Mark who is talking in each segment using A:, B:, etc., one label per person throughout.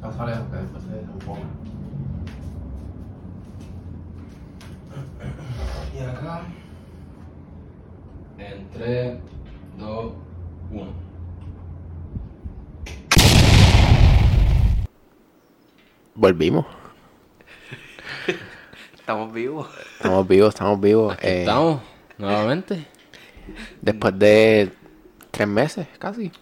A: Pasaremos, que después un poco. Y acá.
B: En 3, 2, 1.
C: Volvimos.
D: Estamos vivos.
C: Estamos vivos, estamos vivos. Eh,
B: Estamos nuevamente.
C: Después de tres meses, casi.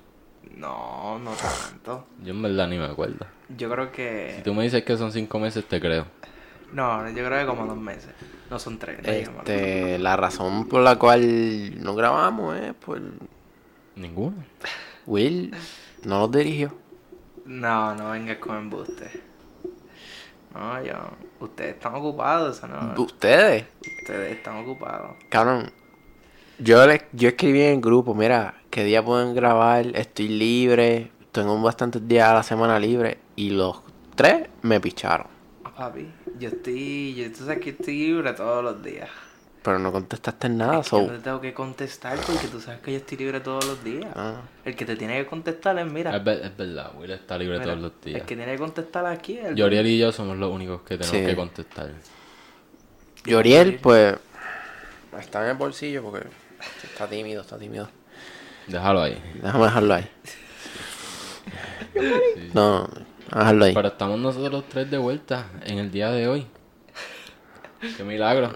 D: No, no tanto.
B: Yo en verdad ni me acuerdo.
D: Yo creo
B: Si
D: que.
B: tú me dices que son 5 meses, te creo.
D: No, yo creo que como dos meses. No son tres. no llegamos a los dos.
C: Este, la razón por la cual no grabamos es por
B: Ninguno.
C: Will no nos dirigió.
D: No, no vengas con embuste. No, yo. Ustedes están ocupados, o no.
C: Ustedes,
D: Ustedes están ocupados.
C: cabrón. Yo le, yo escribí en el grupo, mira, qué día pueden grabar, estoy libre, tengo bastantes días a la semana libre y los tres me picharon,
D: Ah, Papi, yo estoy. Yo tú sabes que estoy libre todos los días.
C: pero no contestaste
B: Ah,
C: nada,
D: Yo
C: so,
D: no te tengo que contestar porque tú sabes que yo estoy libre todos los días.
C: ah,
D: El que te tiene que contestar es, mira.
B: Es, ver- es verdad, Will está libre
D: mira,
B: todos los días.
D: El que tiene que contestar aquí es el.
B: Yoriel y yo somos los únicos que tenemos
C: Sí.
B: que contestar.
C: Y Oriel, pues, está en el bolsillo porque está tímido, está tímido.
B: Déjalo ahí.
C: Déjame dejarlo ahí. No, déjalo ahí.
B: Pero estamos nosotros los tres de vuelta en el día de hoy. Qué milagro.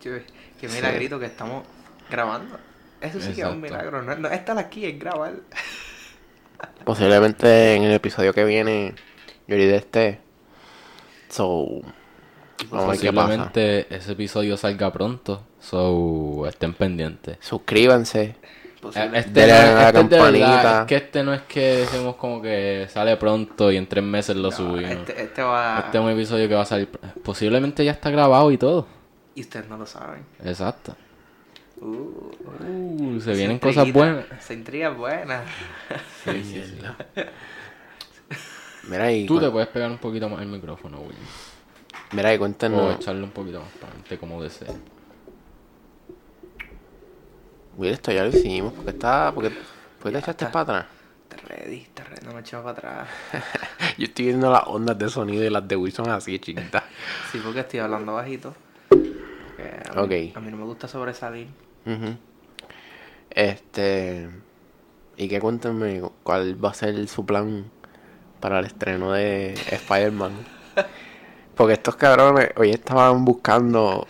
D: Che, Qué milagrito que estamos grabando. Eso sí que es
B: Exacto.
D: un milagro. No, no estar aquí es grabar.
C: Posiblemente en el episodio que viene, Yori de este. So, vamos a ver qué pasa.
B: Posiblemente ese episodio salga pronto. So, estén pendientes.
C: Suscríbanse.
D: Posible.
B: Este,
C: Dale
B: no-
C: a la
B: este es de verdad,
C: campanita.
B: es que este no es que decimos como que sale pronto y en tres meses lo subimos. Este,
D: este, este
C: ah.
D: va.
B: es un episodio que va a salir. pr- Posiblemente ya está grabado y todo.
D: Y ustedes no lo saben.
B: Exacto.
D: Uh,
B: Uh, se
D: esa
B: vienen cosas
D: intriguita,
B: buenas.
D: Esa intriga es buena.
B: Sí, sí, sí.
C: Mira y,
B: Tú te
C: cu-
B: puedes pegar un poquito más el micrófono, Will.
C: mira y
B: O
C: cuéntanos.
B: echarle un poquito más para adelante, como desee.
C: Will, esto ya lo hicimos. ¿Por qué, está, por qué- por qué te echaste para atrás?
D: Te ready, te ready. No me echemos para atrás.
C: Yo estoy viendo las ondas de sonido y las de Wilson así, chiquitas.
D: Sí, porque estoy hablando bajito. Porque a mí,
C: Ok.
D: a mí no me gusta sobresalir.
C: Ujú. Este. Y que cuéntenme cuál va a ser su plan para el estreno de Spider-Man. Porque estos cabrones hoy estaban buscando.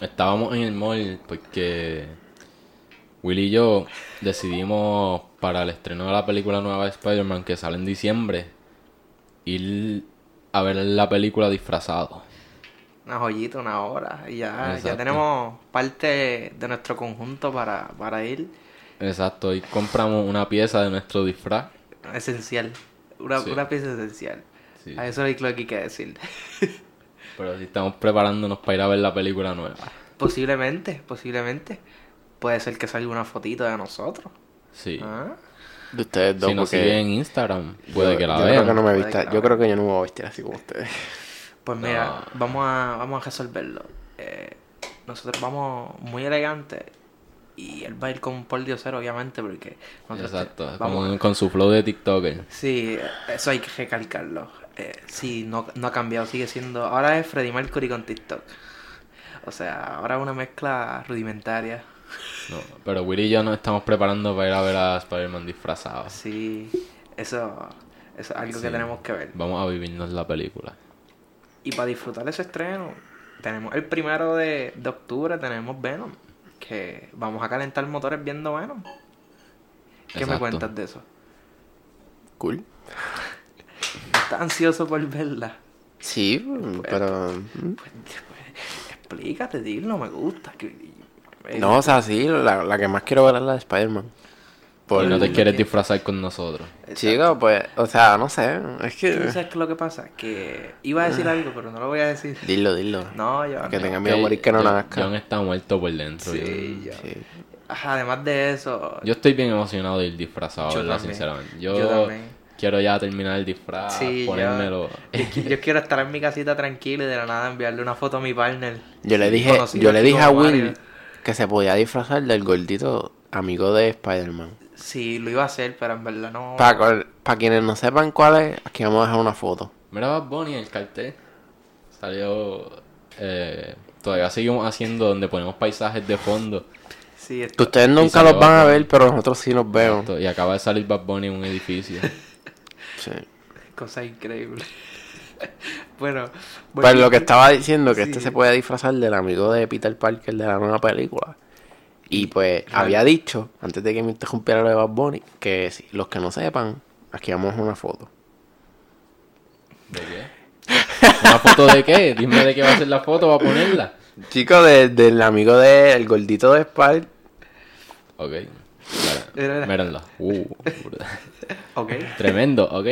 B: Estábamos en el mall porque Will y yo decidimos para el estreno de la película nueva de Spider-Man que sale en diciembre ir a ver la película disfrazado.
D: Una joyita, una hora. Y ya, ya
B: Exacto.
D: tenemos parte de nuestro conjunto para, para ir.
B: Exacto, y compramos una pieza de nuestro disfraz.
D: Esencial. Una,
B: Sí.
D: una pieza esencial.
B: Sí.
D: A eso hay lo que hay que decir.
B: Pero sí estamos preparándonos para ir a ver la película nueva.
D: Posiblemente, posiblemente. Puede ser que salga una fotito de nosotros.
B: Sí.
D: Ah,
C: De ustedes dos,
B: si nos
C: porque
B: siguen en Instagram, puede
C: yo,
B: que la
C: yo
B: vean.
C: Creo que no me
D: Puede
C: vista-
D: que la
C: yo
D: vean.
C: creo que yo no me voy a vestir así como ustedes.
D: Pues
B: Ah.
D: mira, vamos, a, vamos a resolverlo. Eh, nosotros vamos muy elegantes. Y él va a ir con Paul Diosero, obviamente, porque nosotros te-
B: Exacto, es
D: vamos.
B: como con su flow de TikToker.
D: Sí, eso hay que recalcarlo. Eh, sí, no, no ha cambiado, sigue siendo. Ahora es Freddie Mercury con TikTok. O sea, ahora es una mezcla rudimentaria.
B: No, pero Will y yo nos estamos preparando para ir a ver a Spider-Man disfrazado.
D: Sí, eso, eso es algo que
B: Sí.
D: tenemos que ver.
B: Vamos a vivirnos la película.
D: Y para disfrutar ese estreno, tenemos el primero de, de octubre, tenemos Venom. Que vamos a calentar motores viendo Venom. ¿Qué me
B: Exacto.
D: cuentas de eso?
C: Cool.
D: ¿Estás ansioso por verla?
C: Sí, pero.
D: Pues, pues, explícate, Dil, no me gusta. que- pues, eh,
C: No, o sea, sí, la, la que más quiero ver es la de Spider-Man. Por
B: Y no te
D: el-
B: quieres disfrazar con nosotros.
C: Chico, pues, o sea, no sé. Es
D: ¿Tú
C: que.
D: sabes qué es lo que pasa? Que iba a decir algo, pero no lo voy a decir.
C: Dilo, dilo.
D: No, yo.
C: que
D: no.
C: tenga miedo a morir que no
B: John-
C: nazca.
B: John está muerto por dentro.
D: Sí,
B: yo,
D: yo.
C: Sí.
D: Ajá, Además de eso,
B: yo estoy bien emocionado de ir disfrazado,
D: Yo
B: ¿verdad?
D: también.
B: Sinceramente. Yo,
D: Yo también.
B: quiero ya terminar el disfraz,
D: Sí, yo-
B: ponérmelo.
D: yo qui- yo quiero estar en mi casita tranquilo y de la nada enviarle una foto a mi partner.
C: Yo le dije,
D: Conocido
C: yo le
D: aquí
C: dije a
D: como
C: Will
D: Mario.
C: que se podía disfrazar del gordito amigo de Spider-Man.
D: Sí, lo iba a hacer, pero en verdad no.
C: Paco, para quienes no sepan cuál es, aquí vamos a dejar una foto.
B: Mira Bad Bunny, el cartel salió... eh, todavía seguimos haciendo donde ponemos paisajes de fondo.
D: Sí,
C: Que
D: esto.
C: ustedes
B: se
C: nunca
B: lo
C: los
B: va
C: van
B: a
C: a
B: poner.
C: ver, pero nosotros sí nos vemos.
B: Esto- Y acaba de salir Bad Bunny en un edificio.
C: Sí.
D: Cosa increíble. bueno,
C: Pero Pues lo que estaba diciendo, que
D: Sí.
C: este se puede disfrazar del amigo de Peter Parker de la nueva película. Y pues había dicho, antes de que me interrumpiera lo de Bad Bunny, que si- los que no sepan, aquí vamos a una foto.
B: ¿De qué? ¿Una foto de qué? Dime de qué va a ser la foto, va a ponerla.
C: Chico, de- del amigo del gordito de Spider,
B: Ok.
D: Mira, mira.
B: Mira- Mírenla. Uh,
D: Ok.
B: tremendo, ok.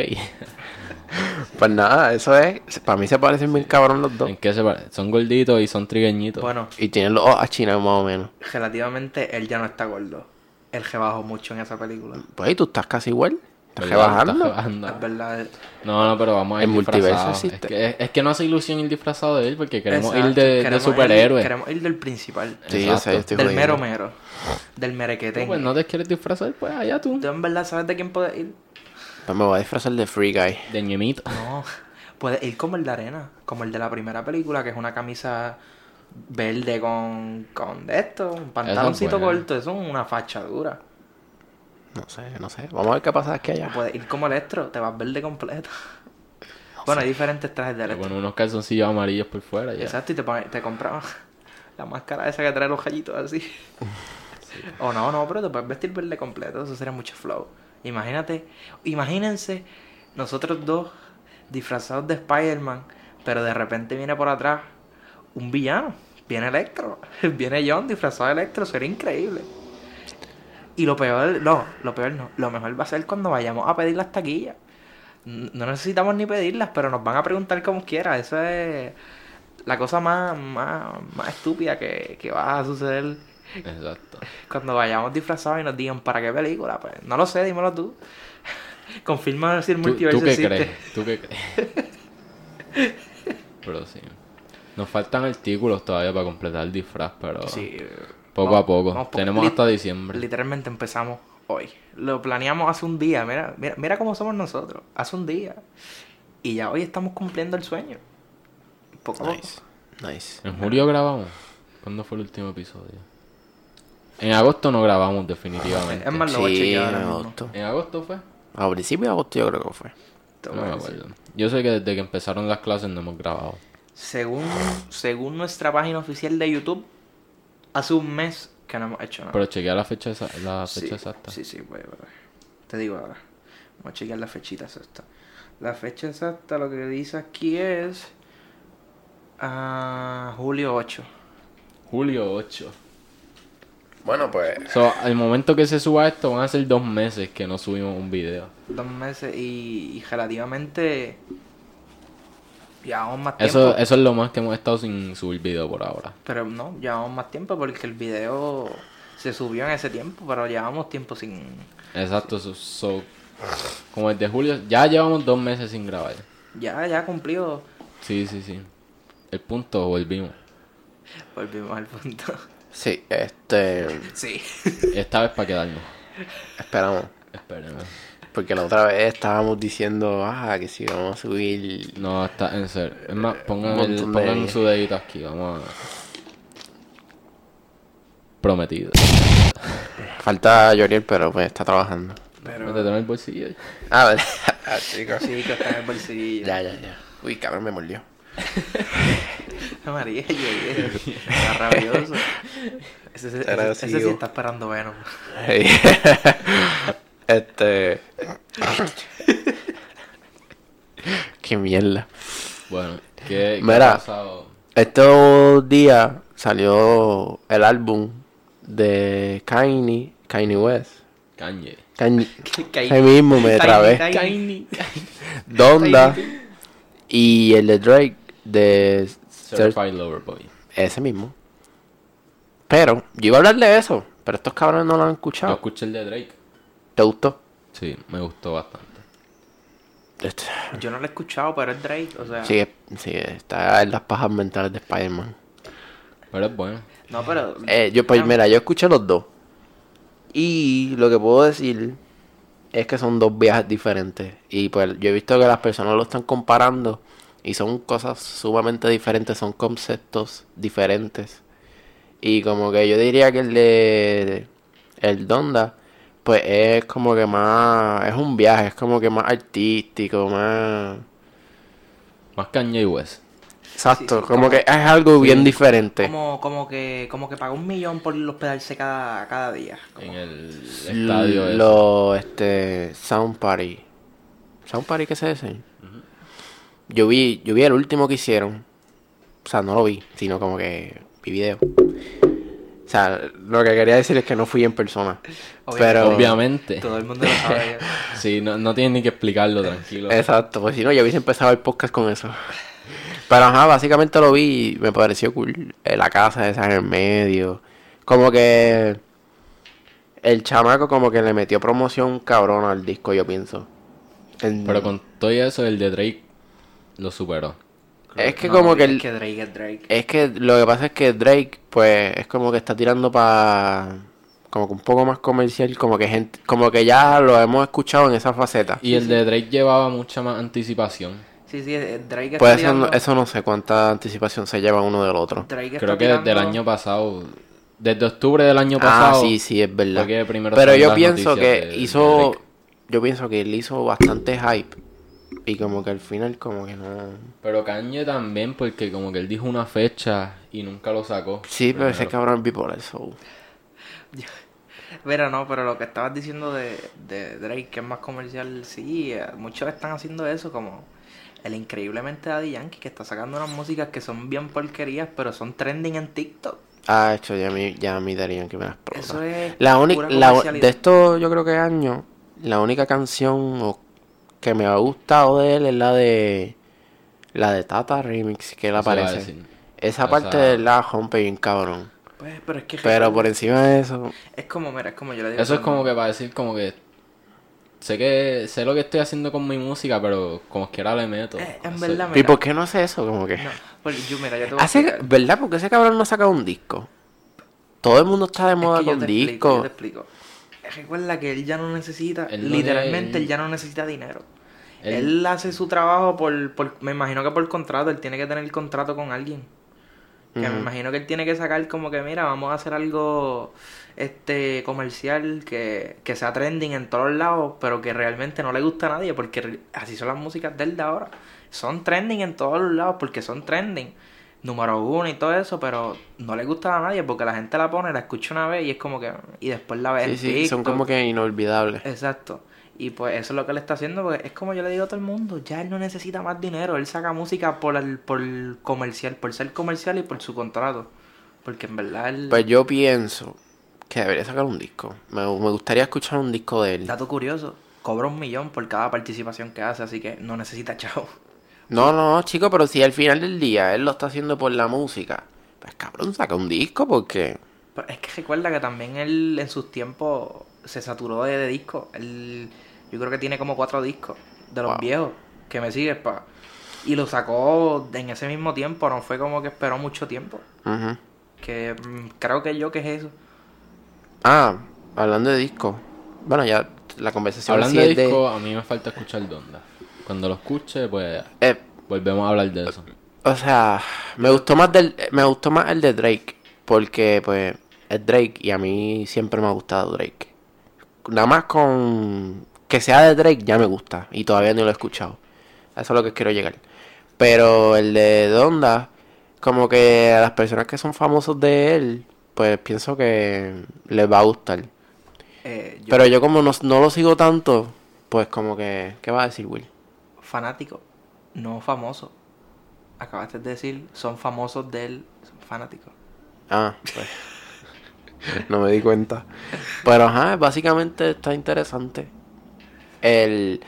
C: pues nada, eso es. Para mí se parecen bien cabrón los dos.
B: ¿En qué se pare- Son gorditos y son trigueñitos.
D: Bueno,
C: Y tienen los ojos achinados más o menos.
D: relativamente él ya no está gordo. Él rebajó mucho en esa película.
C: Pues ahí tú estás casi igual. Estás
B: ¿Verdad? Está
C: rebajando.
B: rebajando.
D: Es verdad.
B: No, no, pero vamos a ir
C: El multiverso
B: disfrazado. Es
C: existe.
B: que, es, es que no hace ilusión ir disfrazado de él porque queremos
D: Exacto,
B: ir de, de
D: queremos
B: superhéroe.
D: ir- Queremos ir del principal.
C: Sí, este yo
B: Exacto.
C: sé, yo estoy
D: del
C: jodiendo.
D: mero mero. Del
B: Tú,
D: merequetén.
B: pues no te quieres disfrazar, pues allá tú.
D: ¿Tú en verdad sabes de quién puedes ir?
C: Pues me voy a disfrazar de Free Guy.
B: De ñemito.
D: No, puedes ir como el de arena, como el de la primera película, que es una camisa verde con, con de esto, un pantaloncito
B: buena.
D: corto, eso es una facha dura.
C: No sé, no sé. Vamos a ver qué pasa aquí
D: O
C: allá.
D: puedes ir como electro, te vas verde completo. bueno, hay diferentes trajes de
B: Le
D: electro.
B: pones unos calzoncillos amarillos por fuera. Ya.
D: Exacto, y te, pone- te compras la máscara esa que trae los gallitos así. O no, no, pero te puedes vestir verde completo, eso sería mucho flow. Imagínate, imagínense nosotros dos disfrazados de Spider-Man, pero de repente viene por atrás un villano, viene Electro, viene John disfrazado de Electro, sería increíble. Y lo peor, no, lo peor no, lo mejor va a ser cuando vayamos a pedir las taquillas. N- No necesitamos ni pedirlas, pero nos van a preguntar como quiera, eso es la cosa más, más, más estúpida que, que va a suceder
B: Exacto.
D: cuando vayamos disfrazados y nos digan para qué película, pues no lo sé, dímelo tú. Confirma si el
B: ¿Tú,
D: multiverso
B: tú qué
D: existe.
B: crees? ¿Tú qué crees? pero sí. Nos faltan artículos todavía para completar el disfraz, pero
D: Sí,
B: poco
D: vamos-
B: a poco.
D: vamos po-
B: Tenemos
D: lit-
B: hasta diciembre.
D: Literalmente empezamos hoy. Lo planeamos hace un día, mira, mira, mira cómo somos nosotros, hace un día. Y ya hoy estamos cumpliendo el sueño. Poco a poco.
C: Nice. Nice.
B: En julio grabamos. ¿Cuándo fue el último episodio? En agosto no grabamos definitivamente.
D: Es más, lo voy a
C: Sí,
D: chequear
C: en
D: ahora mismo.
C: agosto.
B: ¿En agosto fue?
C: A principios de agosto yo creo que fue.
D: Te
B: No
D: voy
B: me
D: a decir.
B: acuerdo. Yo sé que desde que empezaron las clases no hemos grabado.
D: Según, según nuestra página oficial de YouTube, hace un mes que no hemos hecho nada.
B: Pero chequea la fecha, esa- la fecha
D: Ah. sí,
B: exacta.
D: Sí, sí, voy a ver. Te digo ahora. Vamos a chequear la fechita exacta. La fecha exacta lo que dice aquí es. ah, julio 8.
B: Julio 8.
C: Bueno, pues.
B: So, al momento que se suba esto van a ser dos meses que no subimos un video.
D: Dos meses y, y relativamente. Llevamos más tiempo.
B: Eso, eso es lo más que hemos estado sin subir video por ahora.
D: Pero no, llevamos más tiempo porque el video se subió en ese tiempo, pero llevamos tiempo sin.
B: Exacto, so, so- como desde julio, ya llevamos dos meses sin grabar.
D: Ya, ya cumplido.
B: Sí, sí, sí. El punto, volvimos.
D: Volvimos al punto.
C: Sí, este.
D: Sí.
B: Esta vez para quedarnos.
C: Esperamos.
B: Esperemos.
C: Porque la otra vez estábamos diciendo, ah, que si vamos a subir.
B: No, está en serio. Es más, pongan,
C: Un
B: el-
C: montón de-
B: pongan su dedito aquí, vamos a... Prometido.
C: Falta Joriel, pero pues está trabajando.
B: Métetelo en el bolsillo.
C: A ver. Ah, chico.
D: Sí, que está en el bolsillo.
C: Ya, ya, ya. Uy, cabrón, me mordió.
D: María, llegué. Está rabioso. Ese, ese- ese- ese sí
C: Agradecido.
D: está esperando Venom.
C: Hey. este. Qué mierda.
B: Bueno, ¿qué, qué
C: Mira.
B: ha pasado?
C: Estos días salió el álbum de Kanye, Kanye West.
B: Kanye.
C: Kanye,
D: Kanye.
C: Ahí mismo me
D: Kanye,
C: trabé.
D: Kanye.
C: Donda y el de Drake de Cer-
B: Certified Lover Boy.
C: ese mismo. Pero yo iba a hablar de eso, pero estos cabrones no lo han
B: Yo
C: escuchado.
B: escuché el de Drake.
C: ¿Te gustó?
B: Sí, me gustó bastante.
C: Este-
D: Yo no lo he escuchado, pero es Drake. O sea,
C: Sí, sí, está en las pajas mentales de Spider-Man.
B: Pero es bueno.
D: no, pero.
C: Este. Eh, yo, pues mira, yo escuché los dos. Y lo que puedo decir es que son dos viajes diferentes. Y pues yo he visto que las personas lo están comparando y son cosas sumamente diferentes, son conceptos diferentes. Y como que yo diría que el de el Donda, pues es como que más, es un viaje, es como que más artístico, más...
B: Más Kanye West.
C: Exacto,
D: sí,
C: como,
D: como-
C: que es algo bien diferente.
D: Como, como que, como que pagó un millón por hospedarse cada, cada día. Como-
B: En el estadio ese.
C: Lo, este, Sound Party. ¿Sound Party qué es ese? Yo vi, yo vi el último que hicieron. O sea, no lo vi, sino como que vi video. O sea, lo que quería decir es que no fui en persona. Pero,
B: Obviamente.
D: Todo el mundo lo sabe.
B: Sí, no, no tienes ni que explicarlo, tranquilo.
C: Exacto, pues si no, yo hubiese empezado el podcast con eso. Pero ajá, básicamente lo vi y me pareció cool. Eh, La casa esa en el medio. Como que el chamaco como que le metió promoción cabrón al disco, yo pienso. En-
B: Pero con todo eso, el de Drake lo superó.
C: Es que
D: No,
C: como que,
D: es
C: el-
D: que Drake es Drake.
C: es que lo que pasa es que Drake pues es como que está tirando para como que un poco más comercial, como que gente, como que ya lo hemos escuchado en esa faceta.
B: Y el de Drake llevaba mucha más anticipación.
D: Sí, sí, eh, Drake está
C: Pues eso,
D: tirando-
C: no- eso no sé cuánta anticipación se lleva uno del otro.
D: Drake está
B: Creo que desde el
D: tirando-
B: año pasado. Desde octubre del año
C: Ah,
B: pasado.
C: sí, sí, es verdad.
B: Porque primero
C: Pero
B: salen
C: yo
B: las
C: pienso
B: noticias
C: que
B: de- de
C: hizo.
B: Drake.
C: Yo pienso que él hizo bastante hype. Y como que al final, como que no.
B: Pero Kanye también, porque como que él dijo una fecha y nunca lo sacó.
C: Sí, pero ese
B: Primero.
C: cabrón es bipolar, so.
D: Pero no, pero lo que estabas diciendo de, de Drake, que es más comercial, sí, eh, muchos están haciendo eso, como el increíblemente Daddy Yankee, que está sacando unas músicas que son bien porquerías, pero son trending en TikTok.
C: Ah, hecho, ya me, ya me darían que me las explota.
D: Eso es
C: La única.
D: pura
C: la-
D: comercialidad.
C: De estos, yo creo que años, la única canción o- que me ha gustado de él es la de. La de Tata Remix, que él
B: Eso iba a
C: aparece.
B: decir.
C: Esa
B: Esa-
C: parte de la rompe bien cabrón.
D: Pues, pero es que
C: Pero por encima de eso.
D: es como, mira, es como yo le digo.
B: Eso es
D: también.
B: como que para decir como que sé que sé lo que estoy haciendo con mi música, pero como quiera le meto.
D: Eh, en
B: Eso-
D: verdad,
C: ¿Y
D: mira,
C: por qué no hace eso? Como que.
D: no, porque yo, mira, yo te voy a
C: Hace,
D: explicar.
C: ¿Verdad? Porque ese cabrón no saca un disco. Todo el mundo está de
D: Es
C: moda
D: que yo
C: con
D: te explico, yo
C: discos.
D: te explico. Recuerda que él ya no necesita,
B: Él no ne-
D: literalmente
B: él-
D: él ya no necesita dinero.
B: Él-
D: Él, hace su trabajo por, por- me imagino que por contrato, él tiene que tener contrato con alguien. Que me imagino que él tiene que sacar como que, mira, vamos a hacer algo este comercial que, que sea trending en todos lados, pero que realmente no le gusta a nadie, porque re- así son las músicas de él de ahora. Son trending en todos los lados, porque son trending. Número uno y todo eso, pero no le gusta a nadie porque la gente la pone, la escucha una vez y es como que. Y después la ve.
C: Sí,
D: en
C: sí, son
D: TikTok.
C: como que inolvidables.
D: Exacto. Y pues eso es lo que él está haciendo, porque es como yo le digo a todo el mundo, ya él no necesita más dinero, él saca música por el, por el comercial, por ser comercial y por su contrato. Porque en verdad el
C: Pues yo pienso que debería sacar un disco. Me, me gustaría escuchar un disco de él.
D: dato curioso, cobra un millón por cada participación que hace, así que no necesita chavo.
C: No, no, chico, pero si al final del día él lo está haciendo por la música, pues cabrón, saca un disco porque.
D: Pero es que recuerda que también él en sus tiempos se saturó de, de discos. Él, yo creo que tiene como cuatro discos de los
C: Wow.
D: viejos que me sigues pa. Y lo sacó en ese mismo tiempo, no fue como que esperó mucho tiempo.
C: Ujú.
D: Que mm, creo que yo que es eso.
C: Ah, hablando de disco. Bueno, ya la conversación
B: hablando
C: sí
B: de
C: es de-
B: disco, a mí me falta escuchar Donda. Cuando lo escuche, pues
C: Eh,
B: volvemos a hablar de eso.
C: O sea, me gustó más del, me gustó más el de Drake, porque pues es Drake y a mí siempre me ha gustado Drake. Nada más con que sea de Drake ya me gusta y todavía no lo he escuchado. A Eso es lo que quiero llegar. Pero el de Donda, como que a las personas que son famosos de él, pues pienso que les va a gustar.
D: Eh, yo
C: Pero yo como no, no lo sigo tanto, pues como que, ¿qué va a decir Will?
D: fanático, no famoso. Acabaste de decir, son famosos de él, son fanáticos.
C: Ah, pues. no me di cuenta. Pero ajá, básicamente está interesante. El.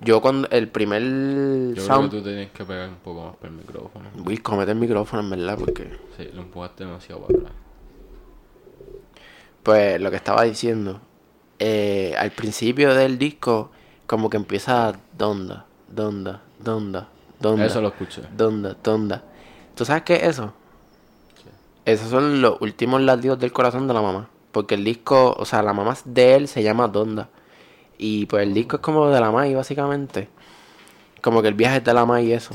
C: Yo cuando. El primer
B: Yo creo que
C: sound.
B: tú tienes que pegar un poco más por el micrófono.
C: Will, comete el micrófono, en verdad, porque.
B: Sí, lo empujaste demasiado para atrás.
C: Pues lo que estaba diciendo. eh, al principio del disco, como que empieza donda, donda, donda, donda.
B: Eso lo escuché.
C: Donda, donda. ¿Tú sabes qué es eso? Esos son los últimos latidos del corazón de la mamá. Porque el disco, o sea, la mamá de él se llama Donda. Y pues
D: Oh.
C: el disco es como de la May, básicamente. Como que el viaje es de la May y eso.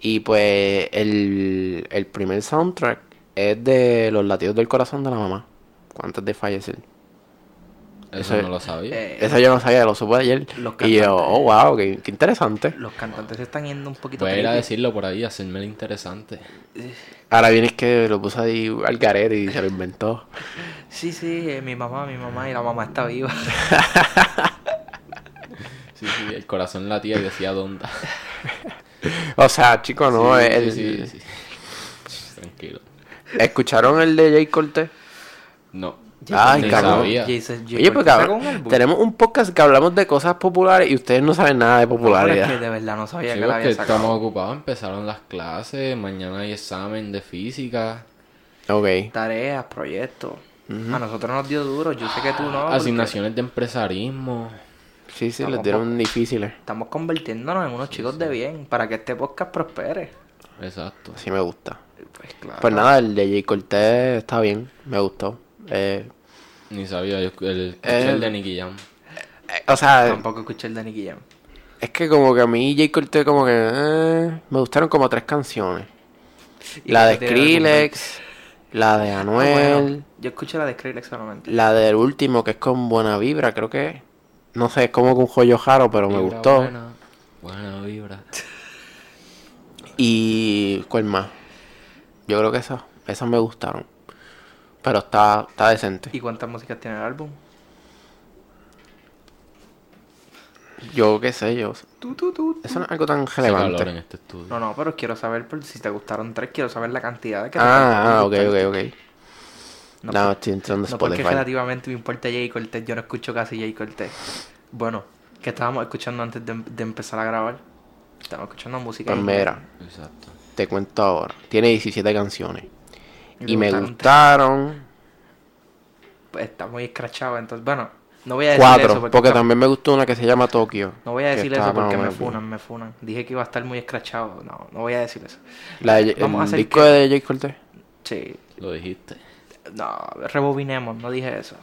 C: Y pues el, el primer soundtrack es de Los latidos del corazón de la mamá. Antes de fallecer.
B: Eso
C: Ese-
B: no lo sabía.
D: Eh,
C: Eso yo no sabía, lo supe ayer.
D: Los
C: Y yo,
D: cantantes.
C: oh wow, qué, qué interesante.
D: Los cantantes se están yendo un poquito
B: Voy a ir a
D: creepy.
B: decirlo por ahí, hacerme el interesante.
C: Ahora vienes que lo puso ahí al garete y se lo inventó.
D: Sí, sí, eh, mi mamá, mi mamá y la mamá está viva.
B: Sí, sí, el corazón latía y decía donda.
C: O sea, chico, no,
B: Sí,
C: el-
B: sí, sí, sí. Tranquilo.
C: ¿Escucharon el de Jay Cortez?
B: No.
C: Ay,
B: Ni
C: Ah, cabrón.
B: Ah, sabía.
D: Jason-
C: Oye, pues
D: Jason sacó
C: cabrón,
D: un álbum.
C: tenemos un podcast que hablamos de cosas populares y ustedes no saben nada de
D: Pero es que
C: popularidad.
D: de verdad no sabía
B: Sí,
D: que la
B: porque
D: había
B: estamos
D: sacado.
B: ocupados, empezaron las clases, mañana hay examen de física,
C: Ok.
D: Tareas, proyectos. A nosotros nos dio duro. Yo sé que tú no. porque
B: asignaciones de empresarismo.
C: Sí, sí,
D: Vamos,
C: les dieron difíciles.
D: Estamos convirtiéndonos en unos chicos de bien para que este podcast prospere.
B: Exacto.
C: Así me gusta.
D: Pues claro.
C: Pues nada, el de Jay Cortez está bien, me gustó. Eh,
B: Ni sabía, yo el,
C: Eh.
B: el de Nicky Jam.
C: eh, o sea,
D: Tampoco escuché el de Nicky Jam.
C: es que como que a mí Jay Cortez como que... eh, me gustaron como tres canciones.
D: Y
C: La de
D: eso tiene algún
C: Skrillex, la de
D: Ah, bueno,
C: Anuel,
D: yo escuché la de Skrillex solamente.
C: la del último que es con Buena Vibra, creo que es. No sé, es como que un joyo jaro, pero me
B: Vibra
C: gustó.
B: Buena, buena vibra.
C: Y... ¿Cuál más? Yo creo que esas, esas me gustaron. Pero está, está decente.
D: ¿Y cuántas músicas tiene el álbum?
C: Yo qué sé, yo...
D: Tú, tú, tú.
C: Eso no es algo tan
B: Hace calor en
C: relevante.
B: este estudio.
D: No, no, pero quiero saber, por- si te gustaron tres, quiero saber la cantidad de que te
C: Ah, ah, ok,
D: gustaron.
C: ok, ok.
D: No,
C: No,
D: por-
C: estoy entrando a
D: no porque
C: Spotify.
D: relativamente me importa Jay Cortez, yo no escucho casi Jay Cortez. Bueno, que estábamos escuchando antes de, em-, de empezar a grabar. Estábamos escuchando música.
C: Pues
D: y-
C: mira,
B: Exacto.
C: te cuento ahora. Tiene 17 canciones.
D: te
C: Y me
D: gustaron
C: gustaron...
D: tres. Pues está muy escrachado, entonces, bueno, no voy a decir
C: Cuatro,
D: eso
C: porque, también me gustó una que se llama Tokio.
D: No voy a
C: que
D: decir
C: está
D: eso
C: más
D: porque
C: o
D: me
C: menos bien.
D: funan, me funan. Dije que iba a estar muy escrachado. No, no voy a decir eso.
C: La de- el
D: Vamos a hacer
C: disco
D: que-
C: de Jake Cortez.
D: Sí,
B: Lo dijiste.
D: no, rebobinemos, no dije eso.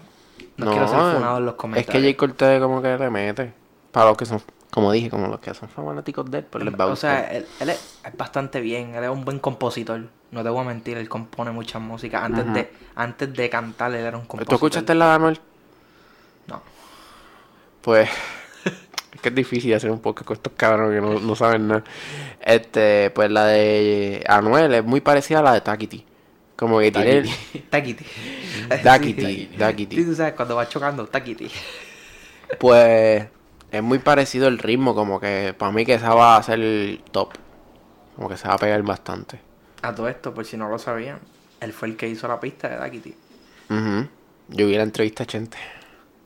D: No,
C: No,
D: quiero ser
C: eh,
D: funado en los
C: Es que
D: comentarios.
C: Jake Cortez como que le mete. Para los que son, como dije, como los que son fanáticos de él, pues les va a
D: O
C: gustar.
D: sea, eh, él, él es, es bastante bien, él es un buen compositor. No te voy a mentir, él compone muchas músicas. Antes, de, antes de cantar, él era un compositor.
C: ¿Tú escuchaste la de Anuel?
D: No.
C: Pues... es que es difícil hacer un podcast con estos cabrones que no, no saben nada. Este, pues la de Anuel es muy parecida a la de Takiti. Como que tiene... el-
D: Taquiti.
C: Takiti, Takiti.
D: Sí, tú sabes, cuando va chocando, Taquiti.
C: Pues es muy parecido el ritmo, como que para mí que esa va a ser el top. Como que se va a pegar bastante.
D: A todo esto, por si no lo sabían, él fue el que hizo la pista de Taquiti.
C: Ujú. Yo vi la entrevista a Chente. Ah,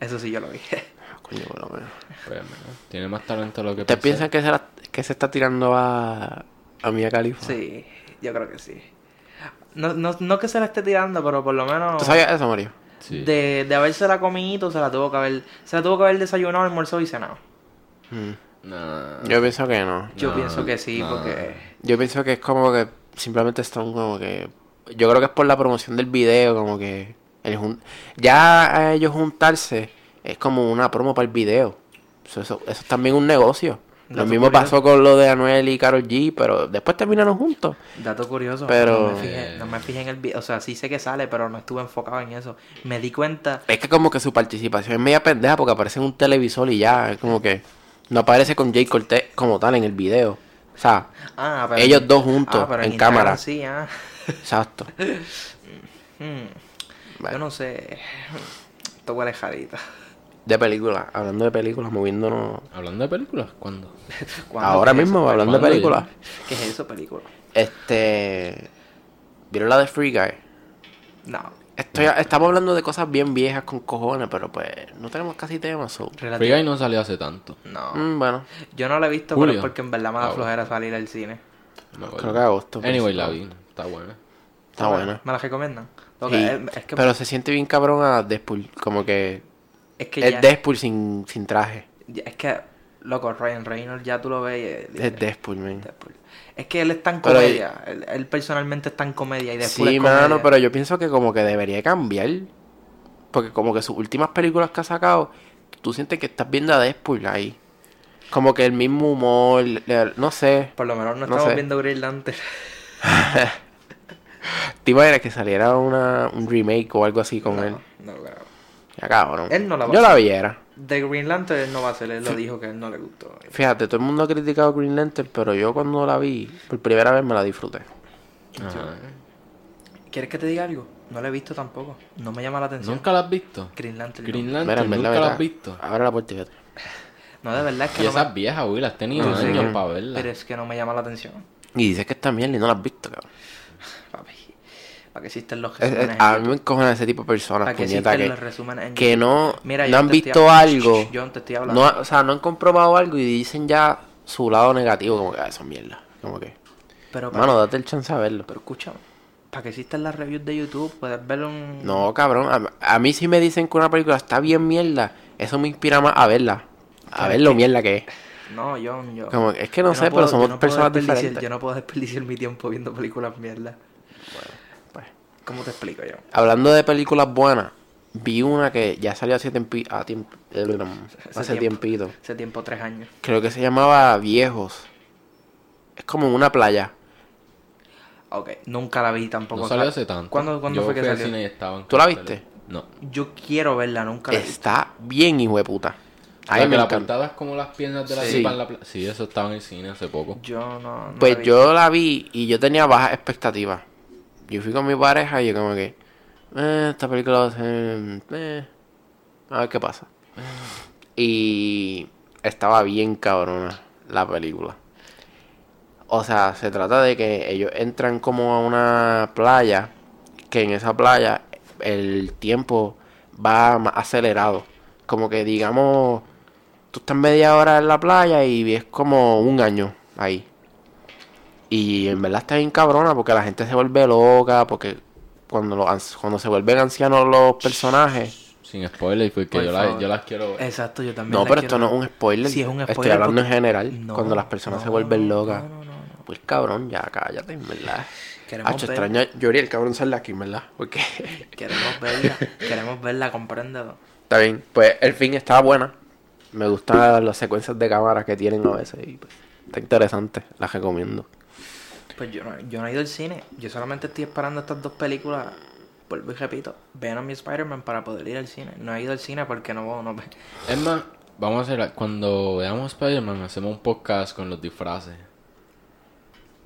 D: Eso sí, yo lo dije.
C: Coño, por lo menos.
B: Pues, mira, tiene más talento de lo que
C: ¿Ustedes
B: pensé.
C: piensan que se, la- que se está tirando a, a Mia Khalifa?
D: Sí, yo creo que sí. No, no, no que se la esté tirando, pero por lo menos
C: ¿Tú sabías eso, Mario?
B: Sí.
D: de, de habérsela comido, se la tuvo que haber, se la tuvo que haber desayunado, almorzado y cenado.
C: Mm.
B: Nah.
C: Yo pienso que no.
D: Yo
B: No,
D: pienso que sí,
B: no.
D: porque
C: Yo pienso que es como que simplemente están como que... Yo creo que es por la promoción del video, como que... el jun- Ya a ellos juntarse es como una promo para el video. Eso, eso- eso es también un negocio. Lo
D: Dato
C: mismo
D: curioso.
C: pasó con lo de Anuel y Karol G, pero después terminaron juntos.
D: dato curioso,
C: Pero-
D: no, me fijé, no me fijé en el video, o sea, sí sé que sale, pero no estuve enfocado en eso. Me di cuenta,
C: Es que como que su participación es media pendeja porque aparece en un televisor y ya, es como que no aparece con Jay Cortez como tal en el video. O sea,
D: ah, pero
C: ellos dos juntos
D: ah, pero
C: en
D: Instagram
C: cámara.
D: Sí, ah.
C: Exacto.
D: Hmm.
C: Vale.
D: Yo no sé, esto huele jarita.
C: De películas, hablando de películas, moviéndonos.
B: Hablando de películas, ¿cuándo?
D: ¿Cuándo
C: Ahora
D: fue
C: mismo,
D: eso?
C: hablando de
B: ¿Cuándo
C: películas.
D: ¿Qué es eso, película?
C: Este. ¿Vieron la de Free Guy?
D: No,
C: Estoy, estamos hablando de cosas bien viejas con cojones, pero pues no tenemos casi temas. so.
B: Free
D: relativo.
B: Guy no salió hace tanto.
D: No.
C: Mm, bueno,
D: Yo no la he visto,
B: Julio.
D: pero es porque en verdad me da
B: Ah,
D: flojera salir al cine.
B: No me acuerdo.
C: creo que agosto. pues.
B: Anyway, la vi. Está buena.
C: Está buena.
D: ¿Me la recomiendan? Ok,
C: Sí,
D: es, es que,
C: Pero se siente bien cabrón a Deadpool. Como que.
D: es que ya,
C: Es Deadpool sin, sin traje.
D: ya- Es que, loco, Ryan Reynolds ya tú lo ves. y, eh,
C: Es
D: dices,
C: Deadpool, man.
D: Deadpool. Es que él es tan
C: Pero-
D: comedia. él, él personalmente es tan comedia y después
C: Sí,
D: es comedia.
C: mano, pero yo pienso que como que debería cambiar. Porque como que sus últimas películas que ha sacado, tú sientes que estás viendo a Deadpool ahí. Como que el mismo humor, le- no sé.
D: Por lo menos no,
C: No
D: estamos
C: sé.
D: viendo Green Lantern.
C: ¿Te imaginas que saliera una, un remake o algo así con él?
D: No, no lo creo.
C: Ya cabrón.
D: Él no la va
C: Yo
D: a
C: la
D: hacer.
C: viera.
D: De Green Lantern él no va a ser, él lo dijo que él no le gustó.
C: Fíjate, todo el mundo ha criticado Green Lantern, pero yo cuando la vi, por primera vez me la disfruté.
B: Ajá.
D: ¿Quieres que te diga algo? No lo he visto tampoco. No me llama la atención.
B: ¿Nunca la has visto?
D: Green Lantern. no.
B: Green
C: Mira, Ah,
B: Lantern,
C: en verdad,
B: nunca la
C: verdad.
B: has visto.
C: Ahora la puerta, fíjate.
D: No, de verdad es que
B: Y
D: no
B: esas
D: me-
B: viejas, güey, las has tenido
D: Yo sé
B: años
D: que-
B: para
D: Pero
B: verlas.
D: es que no me llama la atención.
C: Y dices que está mierda y no la has visto, cabrón.
D: Papi, ¿para qué existen los
C: Es- es-
D: resúmenes? en
C: a
D: YouTube?
C: mí me encojan ese tipo de personas,
D: ¿Para qué
C: puñeta,
D: existen
C: que,
D: los resúmenes? en
C: que
D: YouTube?
C: no,
D: Mira,
C: no
D: yo
C: han
D: te estoy
C: visto
D: hab-
C: algo.
D: Shh, Yo te estoy hablando.
C: No, ha- o sea, no han comprobado algo y dicen ya su lado negativo, como que "Ah, eso es mierda. Como que,
D: pero,
C: mano, date el chance a verlo.
D: pero escúchame, ¿para qué existen las reviews de YouTube? Puedes ver un...
C: No, cabrón, a, a mí si me dicen que una película está bien mierda, eso me inspira más a verla. A ver lo mierda que es.
D: No, John, yo...
C: Como que- es que no
D: yo
C: sé, pero
D: puedo- yo
C: somos
D: puedo
C: personas
D: desperdiciar-
C: diferentes.
D: Yo no puedo desperdiciar mi tiempo viendo películas mierda.
C: Pues,
D: ¿Cómo te explico, John?
C: Hablando de películas buenas, vi una que ya salió hace, tiempi- a tiemp- eh,
D: Hace
C: hace
D: tiempo.
C: tiempito.
D: Hace tiempo, tres años.
C: Creo que se llamaba Viejos. Es como en una playa.
D: Ok, nunca la vi tampoco.
B: No salió hace tanto.
D: ¿Cuándo, cuándo
B: Yo
D: fue que
B: fui al
D: salió?
B: cine y estaba en
C: ¿Tú la
B: cartelera. No.
D: Yo quiero verla, nunca la vi.
C: Está bien, hijo de puta. A mí
B: La que
C: me
B: la
C: encanta.
B: portada es como las piernas de la
C: Sí.
B: tipa en la pla- Sí, eso estaba en el cine hace poco.
D: Yo no... no la
C: Pues
D: vi.
C: yo la vi y yo tenía bajas expectativas. Yo fui con mi pareja y yo como que... "Eh, esta película va a ser... eh, a ver qué pasa. Y estaba bien cabrona la película. O sea, se trata de que ellos entran como a una playa, que en esa playa el tiempo va más acelerado. Como que digamos, tú estás media hora en la playa y es como un año ahí. Y en verdad está bien cabrona porque la gente se vuelve loca, porque cuando, los ans- cuando se vuelven ancianos los personajes...
B: Sin spoiler, porque
D: Por
B: yo, la,
D: favor.
B: yo las quiero ver.
D: Exacto, yo también
C: No,
D: la
C: pero esto
D: quiero-
C: no es un spoiler.
D: Sí, es un
C: Estoy
D: spoiler
C: hablando en
D: porque-
C: general,
D: No,
C: cuando las personas
D: no,
C: se vuelven
D: no,
C: locas.
D: no, no, no, no.
C: Pues cabrón, ya cállate, en verdad.
D: Queremos
C: Hacho,
D: ver-
C: extraño lloré el cabrón sale aquí, en ¿verdad? Porque
D: Queremos verla, queremos verla, compréndelo.
C: está bien. Pues el fin está buena. Me gustan las secuencias de cámara que tienen a veces y pues, está interesante, las recomiendo.
D: Pues yo no, yo no he ido al cine, yo solamente estoy esperando estas dos películas. Vuelvo y repito, Venom y Spider-Man para poder ir al cine. No he ido al cine porque no, no
B: Es más, vamos a hacer. la- Cuando veamos Spider-Man, hacemos un podcast con los disfraces.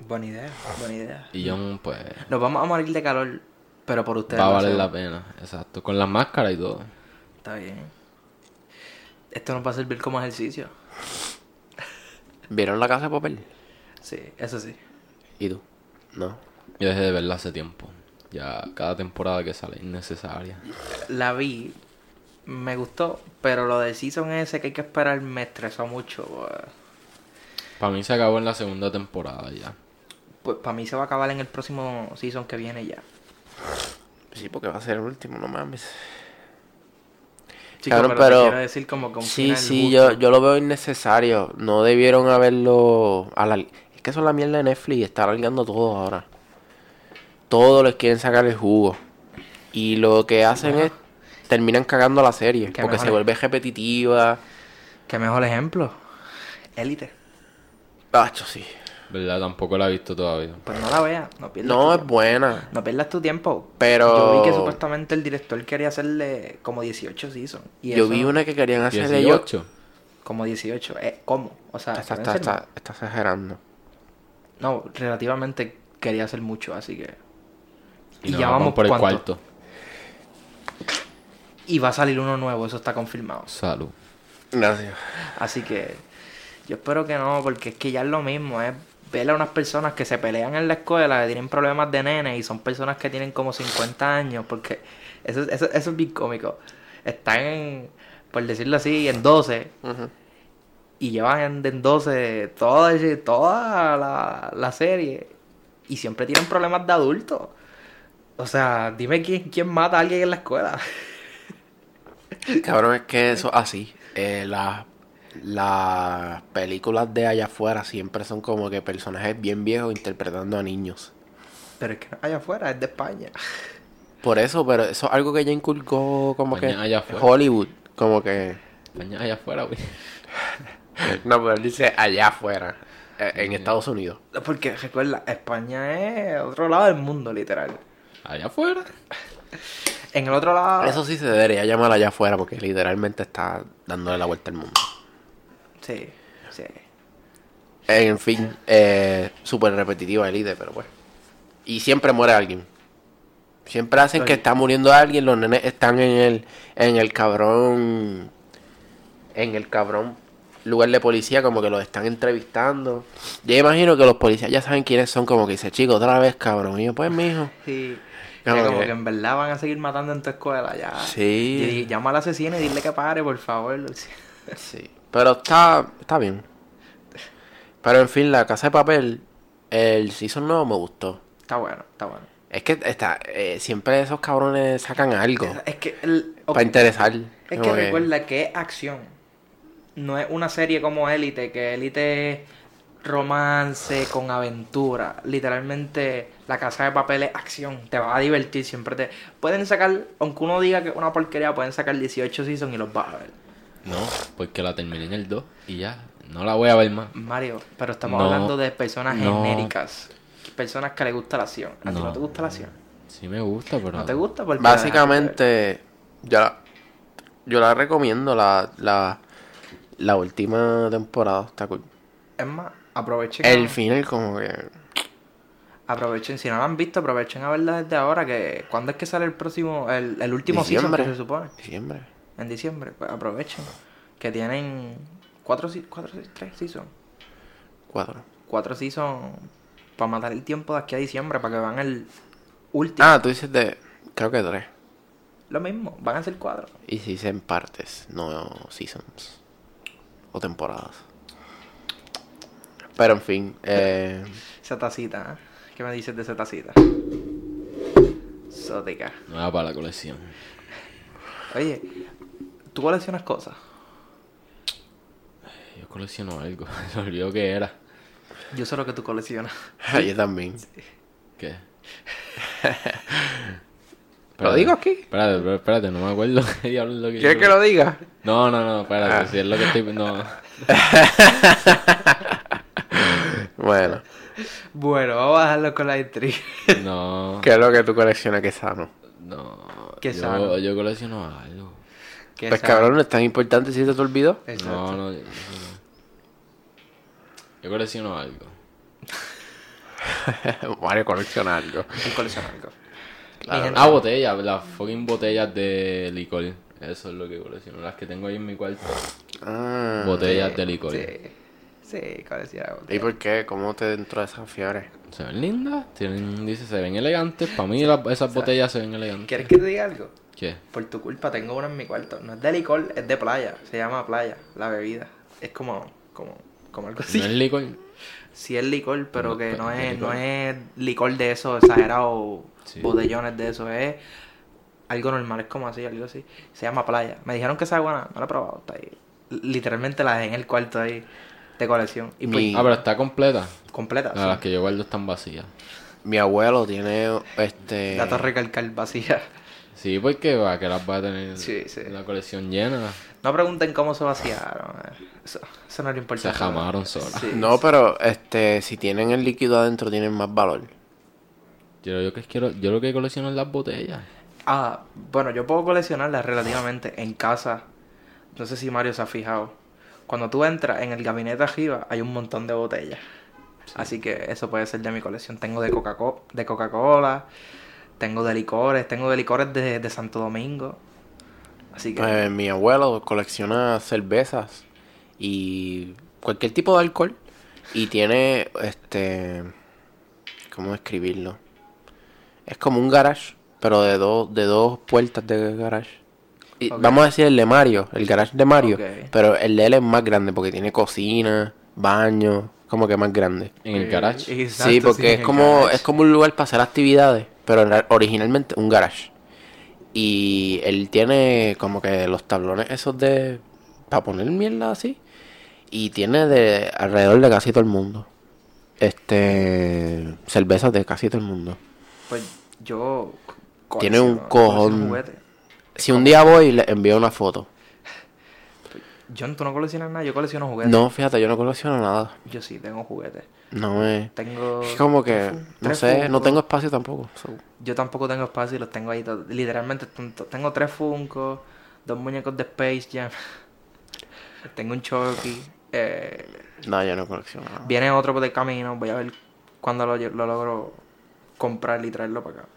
D: Buena idea, buena idea.
B: Y yo, pues.
D: Nos vamos a morir de calor, pero por ustedes.
B: Va a
D: lo
B: valer la
D: hacemos.
B: pena. Exacto. Con la máscara y todo.
D: Está bien. Esto nos va a servir como ejercicio.
C: ¿Vieron la casa de papel?
D: Sí, eso sí.
C: ¿Y tú? No.
B: Yo dejé de verla hace tiempo. Ya cada temporada que sale es innecesaria.
D: La vi, me gustó, pero lo del season ese que hay que esperar me estresó mucho. pues.
B: Para mí se acabó en la segunda temporada ya.
D: Pues para mí se va a acabar en el próximo season que viene ya.
C: Sí, porque va a ser el último, no mames.
D: Chico,
C: Cabrón,
D: pero, te
C: pero-
D: quiero decir como que un
C: Sí,
D: final
C: sí,
D: justo.
C: yo, yo lo veo innecesario. No debieron haberlo. A la... Es que son la mierda de Netflix. Está alargando todo ahora. Todos les quieren sacar el jugo. Y lo que hacen es. Terminan cagando la serie.
D: Que
C: Porque se
D: mejor-
C: vuelve repetitiva.
D: Qué mejor ejemplo. Élite.
C: Pacho, sí.
B: ¿Verdad? Tampoco la he visto todavía.
D: Pues no la veas, no pierdas tu
C: No es
D: tiempo.
C: buena.
D: No pierdas tu tiempo.
C: Pero-
D: Yo vi que supuestamente el director quería hacerle como 18 season. Y
C: Yo
D: eso-
C: vi una que querían hacer ellos.
B: 18.
D: Como 18. Eh, ¿Cómo? O sea,
C: Está,
D: ¿pueden
C: está,
D: ser
C: está-
D: más?
C: está exagerando.
D: No, relativamente quería hacer mucho, así que... Y,
B: nos
D: ya
B: vamos
D: vamos
B: por el
D: ¿cuánto?
B: cuarto.
D: Y va a salir uno nuevo, eso está confirmado.
B: Salud.
C: Gracias.
D: Así que yo espero que no, porque es que ya es lo mismo, es ver a unas personas que se pelean en la escuela, que tienen problemas de nene y son personas que tienen como 50 años, porque eso, eso, eso es bien cómico. Están, en, por decirlo así, en 12 y llevan en, en 12 toda, ese- toda la, la serie y siempre tienen problemas de adultos. O sea, dime quién, quién mata a alguien en la escuela.
C: Cabrón, es que eso así. eh, las, las películas de allá afuera siempre son como que personajes bien viejos interpretando a niños.
D: Pero es que no es allá afuera, es de España.
C: Por eso, pero eso es algo que ya inculcó como que
B: Mañana ya fue.
C: Hollywood. Como que
B: España allá afuera, güey.
C: No, pero él dice allá afuera, eh, en Estados Unidos.
D: Porque recuerda, España es otro lado del mundo, literal.
B: Allá afuera.
D: En el otro lado.
C: Eso sí se debería llamar allá afuera porque literalmente está dándole la vuelta al mundo.
D: Sí, sí.
C: En fin, eh, súper repetitiva el ID, pero bueno. Y siempre muere alguien. Siempre hacen que
D: Oye.
C: está muriendo alguien, los nenes están en el, en el cabrón, en el cabrón lugar de policía, como que los están entrevistando. Yo imagino que los policías ya saben quiénes son, como que dice, chico, otra vez cabrón. Y yo, pues mijo.
D: Sí.
C: Como
D: Que como
C: que-
D: que en verdad van a seguir matando en tu escuela ya.
C: Sí.
D: Y- y llama al asesino y dile que pare, por favor.
C: Sí. Pero está, está bien. Pero en fin, la casa de papel, el season nuevo me gustó.
D: Está bueno, está bueno.
C: Es que está, eh, siempre esos cabrones sacan algo
D: Es que el- ok,
C: para interesar.
D: es que
C: Como
D: recuerda que es acción. No es una serie como Élite, que Élite es romance con aventura. Literalmente, la casa de papel es acción. Te va a divertir siempre. Te... Pueden sacar, aunque uno diga que es una porquería, pueden sacar 18 seasons y los vas a ver.
B: No, porque la terminé en el 2 y ya. No la voy a ver más.
D: Mario, pero estamos
B: No,
D: hablando de personas
B: no.
D: genéricas. Personas que les gusta la acción. ¿A ti no
B: No.
D: te gusta la acción?
B: Sí me gusta, pero...
D: ¿No te gusta? Porque
C: Básicamente, yo la, yo la recomiendo, la, la, la última temporada está cool.
D: Es más, aprovechen.
C: El final como que...
D: Aprovechen, si no la han visto, aprovechen a verla desde ahora. que ¿Cuándo es que sale el próximo, el, el último season
C: Diciembre.
D: que se supone?
C: Diciembre.
D: En diciembre, pues aprovechen. Que tienen cuatro, se- cuatro, se- tres seasons.
C: Cuatro.
D: Cuatro seasons para matar el tiempo de aquí a diciembre, para que van el último.
C: Ah, tú dices de... Creo que tres.
D: Lo mismo, van a ser cuatro.
C: Y se dice en partes, no seasons. O temporadas. Pero en fin, eh,
D: Esa tacita, ¿eh? ¿Qué me dices de esa tacita? Exótica.
B: Nueva para la colección.
D: Oye, tú coleccionas cosas.
B: Yo colecciono algo. Se me olvidó qué era.
D: Yo sé lo que tú coleccionas.
C: yo también.
B: ¿Qué?
C: ¿Lo digo aquí?
B: Espérate, pero espérate, no me acuerdo qué diablo es lo que
C: ¿Quieres
B: yo-
C: que lo diga?
B: No, no, no, espérate, si es lo que estoy... No.
C: Bueno,
D: Bueno, vamos a dejarlo con la intriga.
B: No.
C: ¿qué es lo que tú coleccionas que es sano?
B: No.
D: Qué sano.
B: yo, yo colecciono algo.
D: Que
C: Pues
D: esa-
C: cabrón, no es tan importante si se te olvidó.
D: Exacto.
B: No, no, yo, no. Yo colecciono algo.
C: vale, coleccionar algo.
D: Sí, colecciona algo. Mi gente,
B: Ah, botellas, las fucking botellas de licor. Eso es lo que colecciono, las que tengo ahí en mi cuarto.
C: Ah,
B: Botellas de licor.
D: Sí, sí, colecciona algo.
C: ¿Y por qué? ¿Cómo te entró esas fiebres?
B: Se ven lindas, tienen, dice, se ven elegantes. Para mí las- esas botellas se ven elegantes.
D: ¿Quieres que te diga algo?
B: ¿Qué?
D: Por tu culpa tengo una en mi cuarto. No es de licor, es de playa. Se llama playa, la bebida. Es como, como, como algo así.
B: No es licor.
D: Sí es licor, pero
B: No,
D: que
B: pero
D: no
B: ¿qué
D: es,
B: licor?
D: no es licor de esos exagerados,
B: Sí.
D: botellones de esos, es algo normal, es como así, algo así. Se llama playa. Me dijeron que esa buena, no la he probado, está ahí. L- Literalmente la dejé en el cuarto ahí de colección. Y pues,
C: Mi-
B: Ah, pero está completa.
D: completa.
B: Ah, las
D: sí.
B: que yo guardo están vacías.
C: Mi abuelo tiene
B: Eh,
C: este...
D: Dato a recalcar vacía.
B: Sí, porque va, que las va a tener
D: Sí, sí.
B: la colección llena.
D: No pregunten cómo se vaciaron. eh. Eso, eso no le importa.
B: Se jamaron solas.
D: Sí.
C: No, pero este, si tienen el líquido adentro tienen más valor.
B: Yo, yo, que quiero, yo lo que colecciono es las botellas.
D: Ah, bueno, yo puedo coleccionarlas relativamente en casa. No sé si Mario se ha fijado. Cuando tú entras en el gabinete arriba, hay un montón de botellas. Así que eso puede ser de mi colección. Tengo de Coca-Cola, de Coca-Cola, tengo de licores, tengo de licores de, de Santo Domingo. Así que
C: Eh, mi abuelo colecciona cervezas y cualquier tipo de alcohol. Y tiene, este, ¿cómo describirlo? Es como un garage, pero de dos, de dos puertas de garage. Y
D: Ok.
C: Vamos a decir el de Mario, el garage de Mario.
D: Ok.
C: Pero el de él es más grande porque tiene cocina, baño, como que más grande.
B: En
D: Eh,
B: el garage.
D: Exacto,
C: sí, porque
D: en
C: es
D: el
C: como
D: garage.
C: es como un lugar para hacer actividades, pero era- originalmente un garage. Y él tiene como que los tablones esos de para poner mierda así y tiene de alrededor de casi todo el mundo. Este cervezas de casi todo el mundo.
D: Pues yo. co-
C: Tiene un
D: colecciono- colecciono
C: cojón.
D: juguetes.
C: Si un día voy le envío una foto.
D: John, tú no coleccionas nada, yo colecciono juguetes.
C: No, fíjate, yo no colecciono nada.
D: Yo sí, tengo juguetes.
C: No me.
D: Tengo.
C: Es como que.
D: Tres fu-
C: No
D: tres
C: sé, no
D: Funko.
C: tengo espacio tampoco. so.
D: Yo tampoco tengo espacio y los tengo ahí todos. Literalmente, tanto- tengo tres Funko, dos muñecos de Space Jam. tengo un Chucky. Eh,
C: No, yo no colecciono nada.
D: viene otro por el camino. Voy a ver cuándo lo, lle- lo logro comprar y traerlo para acá.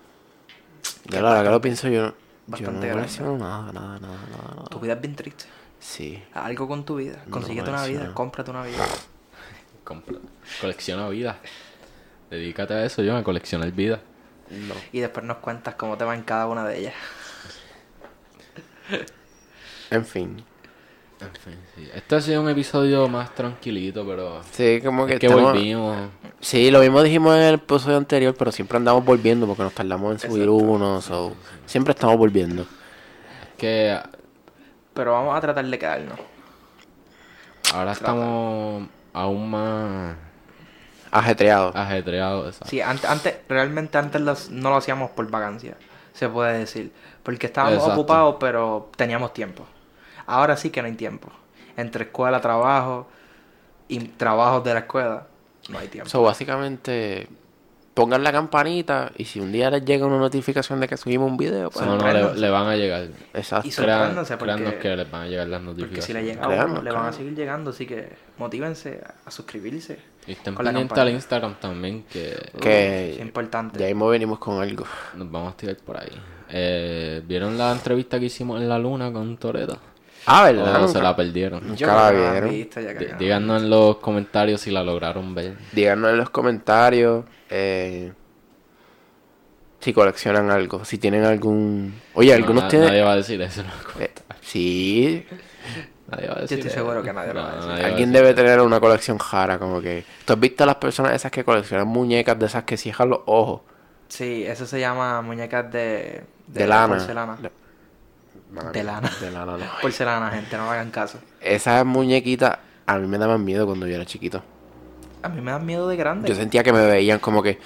C: Ya la verdad que lo pienso, yo no. Yo no
D: Bastante grande.
C: colecciono nada, nada, nada, nada. nada.
D: Tu vida es bien triste.
C: Sí.
D: Haz Algo con tu vida.
C: Ah. No,
D: Consíguete una vida,
C: eso no.
D: cómprate una vida.
B: Compra- Colecciona vida. Dedícate a eso, John, a coleccionar vida.
C: No.
D: Y después nos cuentas cómo te va en cada una de ellas.
C: En fin.
B: En fin, sí. Este ha sido un episodio más tranquilito, pero...
C: Sí, como que.
B: Es que
C: estamos-
B: volvimos.
C: Sí, lo mismo dijimos en el episodio anterior, pero siempre andamos volviendo porque nos tardamos en subir uno. so, Siempre estamos volviendo.
B: Es que
D: Pero vamos a tratar de quedarnos.
B: ahora estamos aún más
C: Ajetreado.
B: ajetreados. exacto.
D: Sí, ante- antes, realmente antes los- no lo hacíamos por vacancia, se puede decir. Porque estábamos
B: Exacto.
D: ocupados, pero teníamos tiempo. Ahora sí que no hay tiempo. Entre escuela, trabajo y trabajos de la escuela, no hay tiempo.
C: So, básicamente, pongan la campanita y si un día les llega una notificación de que subimos un video, pues.
B: No, no, le,
D: sorpréndanse.
B: le van a llegar.
C: Exacto.
D: Y
B: Crean,
D: sorpréndanse porque-
B: créannos que les van a llegar las
D: Porque
B: notificaciones.
D: si le llega a
C: Créanos,
D: uno, le van a
C: créanos.
D: seguir llegando, así que motívense a- a suscribirse.
B: Y estén
D: con la
B: pendientes
D: campana.
B: al Instagram también, que
C: Que-
D: Es importante.
C: Ya mismo venimos con algo.
B: nos vamos a tirar por ahí. Eh, ¿Vieron la entrevista que hicimos en la luna con Toreto?
C: Ah,
B: ¿O
C: ¿verdad?
B: se
C: Nunca-
B: la perdieron?
C: Nunca
D: creo
C: la
D: que han
C: vieron.
D: visto, ya que
B: Dí-
D: no.
B: Díganos en los comentarios si la lograron ver.
C: Díganos en los comentarios eh, si coleccionan algo, si tienen algún... Oye, algunos
B: No, na-
C: tienen...
B: Nadie va a decir eso. loco.
C: eh, sí,
B: Nadie va a
D: estoy
B: decir eso.
D: seguro que nadie lo va a
B: No,
D: decir.
B: nadie va
C: alguien
B: decir
C: debe
B: eso.
C: tener una colección jara, como que... ¿Tú has visto a las personas esas que coleccionan muñecas de esas que cierran los ojos?
D: Sí, eso se llama muñecas de,
C: De, lana.
D: Porcelana.
C: De- Madre
D: De
C: mía,
D: lana.
C: De lana, no.
D: Porcelana, gente, no me hagan caso.
C: Esas muñequitas a mí me daban miedo cuando yo era chiquito.
D: A mí me dan miedo de grande.
C: Yo sentía que me veían como que...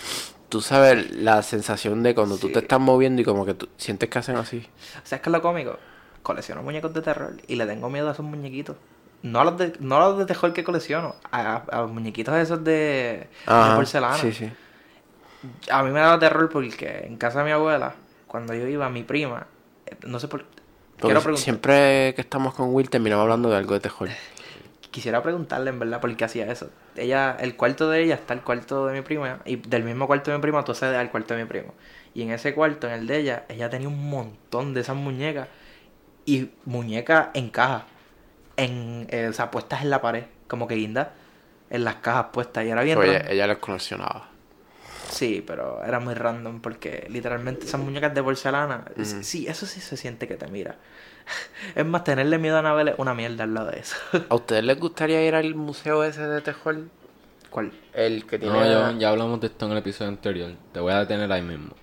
C: Tú sabes la sensación de cuando tú
D: Sí.
C: te estás moviendo y como que tú sientes que hacen así.
D: ¿Sabes qué es lo cómico? Colecciono muñecos de terror y le tengo miedo a esos muñequitos. No a los de, no a los de terror que colecciono, a, a los muñequitos esos de, de
C: Ajá,
D: porcelana.
C: Sí, sí.
D: A mí me daba terror porque en casa de mi abuela, cuando yo iba, mi prima, eh, no sé por
C: Porque
D: quiero pregun-
C: siempre que estamos con Will terminamos hablando de algo de terror.
D: quisiera preguntarle en verdad por qué hacía eso. Ella, el cuarto de ella está el cuarto de mi prima y del mismo cuarto de mi prima tú accedes al cuarto de mi primo. Y en ese cuarto, en el de ella, ella tenía un montón de esas muñecas y muñecas en caja, en, eh, o sea, puestas en la pared, como que guinda, en las cajas puestas y era bien. raro.
C: Oye, eh, ella los coleccionaba.
D: Sí, pero era muy random porque literalmente esas muñecas de porcelana, s- sí, eso sí se siente que te mira. Es más, tenerle miedo a Anabel es una mierda al lado de eso.
C: ¿A ustedes les gustaría ir al museo ese de terror?
D: ¿Cuál?
C: El que tiene...
B: No, Joan, ya hablamos de esto en el episodio anterior. Te voy a detener ahí mismo.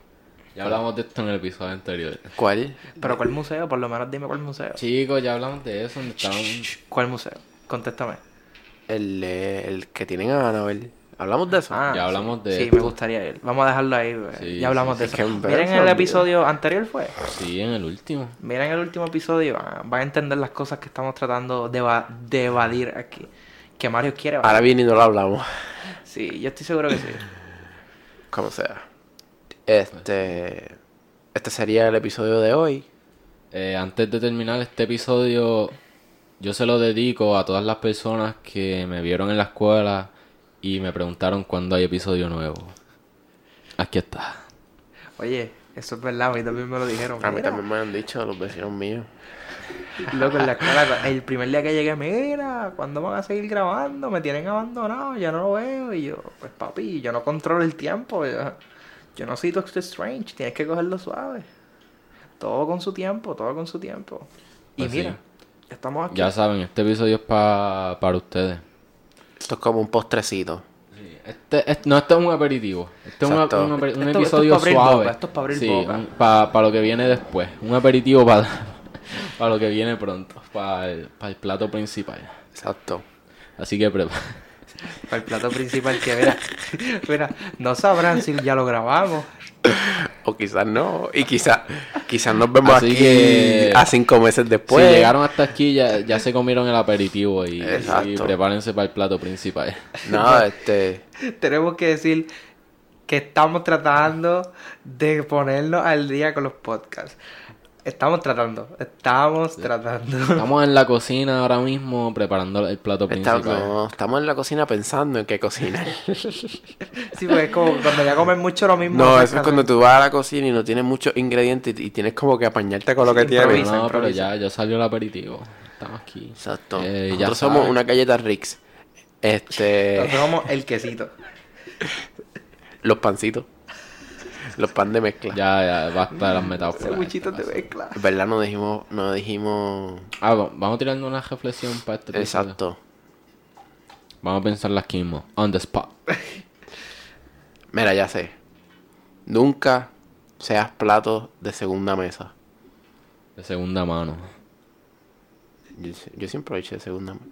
B: Ya hablamos de esto en el episodio anterior.
C: ¿Cuál?
D: ¿Pero cuál museo? Por lo menos dime cuál museo.
B: Chicos, ya hablamos de eso. donde estaban-
D: ¿Cuál museo? Contéstame.
C: El, eh, el que tienen a Anabel. ¿Hablamos de eso?
D: Ah,
B: ya hablamos de
D: Sí,
B: esto.
D: me gustaría ir. Vamos a dejarlo ahí. eh.
B: Sí,
D: ya hablamos
B: sí,
D: de
C: sí.
D: eso.
C: Es que en verdad
D: Miren
C: se
D: el
C: olvida.
D: episodio anterior fue.
B: Sí, en el último.
D: Miren el último episodio y van, van a entender las cosas que estamos tratando de, eva- de evadir aquí. Que Mario quiere.
C: Ahora bien y no lo hablamos.
D: Sí, yo estoy seguro que sí.
C: Como sea. Este... Este sería el episodio de hoy.
B: Eh, antes de terminar este episodio, yo se lo dedico a todas las personas que me vieron en la escuela y me preguntaron cuándo hay episodio nuevo. Aquí está.
D: Oye, eso es verdad. A mí también me lo dijeron.
C: A mí
D: Ah, Mira,
C: también me han dicho los vecinos míos.
D: Loco, en la escuela, el primer día que llegué, mira, ¿cuándo van a seguir grabando? Me tienen abandonado, ya no lo veo. Y yo, pues papi, yo no controlo el tiempo. Yo, yo no soy Doctor Strange, tienes que cogerlo suave. Todo con su tiempo, todo con su tiempo. Y
B: Pues sí.
D: mira, estamos aquí.
B: Ya saben, este episodio es pa- para ustedes.
C: Esto es como un postrecito.
B: Este, este- no, este es un aperitivo. Este es un,
C: Exacto.
B: un aper- un
D: Esto- esto es
B: episodio
D: pa' abrir
B: suave.
D: boca, esto es pa' abrir
B: sí,
D: boca.
B: para lo que viene después. Un aperitivo para lo que viene pronto. Para el, pa' el plato principal.
C: Exacto.
B: Así que prepara.
D: Para el plato principal que mira, mira, no sabrán si ya lo grabamos.
C: O quizás no. Y quizás quizás nos vemos
B: Así
C: aquí
B: que-
C: a cinco meses después.
B: si Pues, llegaron hasta aquí, ya, ya se comieron el aperitivo y,
C: Exacto.
B: y prepárense para el plato principal.
C: No, este.
D: Tenemos que decir que estamos tratando de ponernos al día con los podcasts. Estamos tratando, estamos tratando.
B: Estamos en la cocina ahora mismo preparando el plato
C: Estamos,
B: principal.
C: no, estamos en la cocina pensando en qué cocinar.
D: Sí, porque es como cuando ya comen mucho lo mismo.
C: No,
D: sabes
C: eso es
D: qué
C: cuando
D: hacer.
C: tú vas a la cocina y no tienes muchos ingredientes y y tienes como que apañarte con lo que
B: Pero
C: tienes.
D: improvisa,
B: no, pero
D: improvisa.
B: ya, ya salió el aperitivo. Estamos aquí.
C: Exacto.
B: Eh, ya
C: Nosotros somos
B: saben.
C: una galleta Rix. Este.
D: Nosotros somos el quesito.
C: los pancitos. Los pan de mezcla.
B: Ya, ya, basta de las metáforas.
D: Sandwichitos de
B: Esta cosa.
D: mezcla.
C: En verdad no dijimos, no dijimos.
B: Ah, va- vamos tirando una reflexión para este episodio.
C: Exacto.
B: Vamos a pensarla aquí mismo. On the spot.
C: Mira, ya sé. Nunca seas plato de segunda mesa.
B: De segunda mano.
C: Yo, se- yo siempre lo he dicho de segunda mano.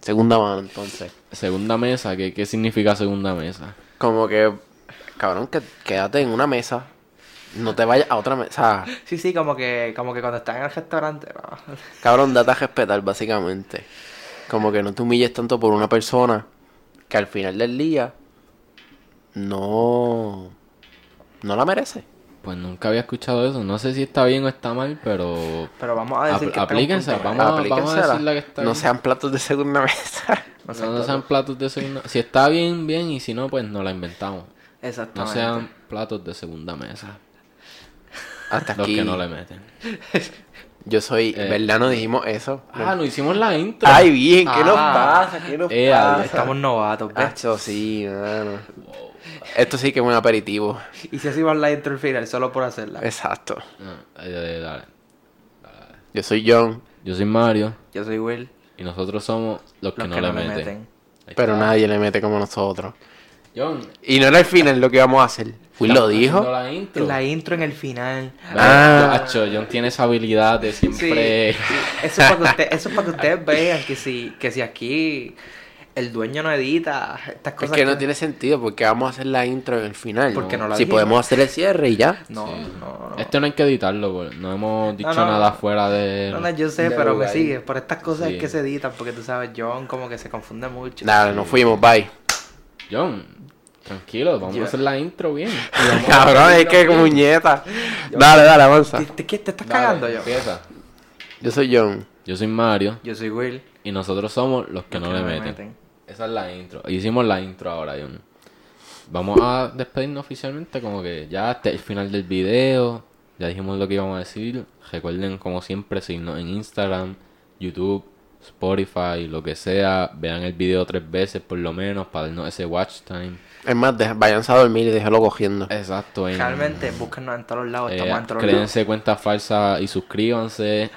C: Segunda mano, entonces.
B: Segunda mesa, ¿qué, qué significa segunda mesa?
C: Como que, cabrón, que quédate en una mesa. No te vayas a otra mesa. O sea,
D: Sí, sí, como que, como que cuando están en el restaurante. ¿no?
C: Cabrón, date a respetar, básicamente. Como que no te humilles tanto por una persona que al final del día no. No la merece.
B: Pues nunca había escuchado eso. No sé si está bien o está mal, pero.
D: Pero vamos a decir
B: Apl-
D: que está en un
B: aplíquense,
D: punto
B: vamos a- vamos a
C: Aplíquensela.
B: decirle que está
C: No
B: bien.
C: sean platos de segunda mesa.
D: No
B: No,
D: sean
B: no
D: platos.
B: sean platos de segunda. Si está bien, bien, y si no, pues no la inventamos.
D: medio.
B: No
D: Exactamente.
B: sean platos de segunda mesa.
C: Hasta
B: Los
C: aquí.
B: que no le meten.
C: Yo soy.
B: Eh.
C: ¿Verdad? No dijimos eso.
B: Ah, no hicimos la intro.
C: Ay, bien, ¿qué nos
D: Ah.
C: pasa? ¿Qué nos
B: Eh,
C: pasa?
B: adiós.
D: Estamos novatos, ¿ves?
B: Ah.
C: Esto sí, mano. Esto sí que es un aperitivo.
D: Y si así va la intro al final, solo por
B: Eh.
D: hacerla.
C: Exacto.
B: Ah, eh, dale.
C: Yo soy John,
B: Yo soy Mario
D: Yo soy Will,
B: y nosotros somos los que,
D: los
B: no,
D: que
B: le
D: no me
B: meten.
D: meten.
B: Ahí
C: pero
B: está.
C: nadie le mete como nosotros.
B: John.
C: Y no era el final lo que íbamos a hacer. Will
B: estamos
C: lo
B: haciendo
C: dijo.
B: La intro.
D: La intro en el final.
C: Ah.
B: Acho, John tiene esa habilidad de
D: Sí.
B: siempre.
D: Eso es para que usted- eso es para que ustedes vean que si, que si aquí el dueño no edita estas
C: Es
D: cosas.
C: que no tiene sentido porque vamos a hacer la intro en el final.
D: Porque no la
C: si
D: dijimos.
C: podemos hacer el cierre y ya.
D: No,
B: Sí.
D: no, no.
B: Este no hay que editarlo, bol- no hemos dicho
D: Oh. no,
B: nada
D: no.
B: fuera de.
D: No, no, yo sé,
C: de
D: pero me
C: lugar.
D: sigue. Por estas cosas
B: Sí.
D: es que se editan, porque tú sabes, John como que se confunde mucho.
C: Dale, nos fuimos, bye.
B: John, tranquilo, vamos
D: Yo-
B: a hacer la intro bien.
C: Cabrón, es que muñeta. Dale, dale, avanza.
D: ¿Te, te, qué- te estás
B: Dale,
D: cagando, John?
B: empieza.
C: Yo soy John.
B: Yo soy Mario
D: Yo soy Will.
B: y nosotros somos los que
D: los
B: no le meten. Esa es la intro. Hicimos la intro ahora, John. Vamos a despedirnos oficialmente, como que ya este es el final del video. Ya dijimos lo que íbamos a decir. Recuerden, como siempre, seguirnos en Instagram, YouTube, Spotify, lo que sea. Vean el video tres veces por lo menos para darnos ese watch time.
C: Es más, deja- váyanse a dormir y déjalo cogiendo.
B: Exacto, en,
D: Realmente, búsquenos en todos lados,
B: Eh,
D: estamos en todos lados.
B: créense cuentas falsas y suscríbanse.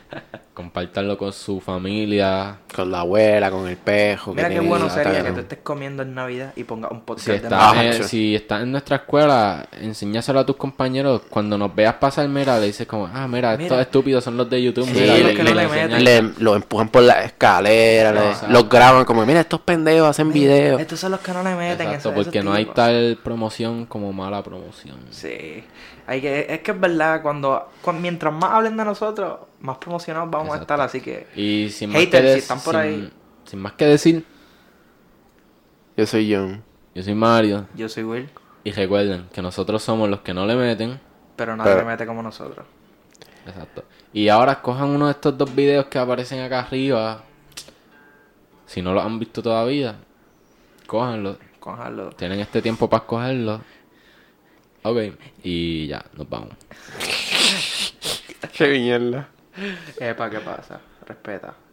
B: Compártanlo con su familia.
C: Con la abuela, con el pejo. que
D: Mira qué
C: tiene
D: bueno
C: la
D: sería que
C: taca.
D: tú estés comiendo en Navidad y pongas un podcast
B: Si
D: de
B: estás,
D: Navidad.
C: Ah,
B: en,
C: sí.
B: si estás en nuestra escuela, enséñaselo a tus compañeros. Cuando nos veas pasar, mira, le dices como, ah, mira, estos
D: Mira.
B: estúpidos son los de YouTube.
C: Sí,
B: mira,
C: los
B: y-
C: que
B: y
C: no
B: le
D: le
B: enseñas.
D: meten.
C: Le- lo empujan por la escalera, le-
B: Exacto.
C: los graban como, mira, estos pendejos hacen videos.
D: Estos son los que no le meten.
B: Exacto,
D: esos- esos
B: porque no hay
D: tipos.
B: tal promoción como mala promoción.
D: Sí. Hay que, es que es verdad, cuando, cuan- mientras más hablen de nosotros, más promocionados vamos a
B: Exacto.
D: estar, así que
B: Y sin más,
D: Haters,
B: que
D: si
B: des-
D: están por
B: sin-
D: ahí.
B: sin más que decir,
C: Yo soy John.
B: yo soy Mario.
D: yo soy Will,
B: Y recuerden que nosotros somos los que no le meten.
D: pero nadie
C: Pero-
D: le mete como nosotros.
B: Exacto. Y ahora cojan uno de estos dos videos que aparecen acá arriba. Si no los han visto todavía, cójanlos.
D: Cójanlo.
B: Tienen este tiempo para cogerlos. Ok, y ya, nos vamos.
C: Qué mierda.
D: Epa, ¿qué pasa? Respeta.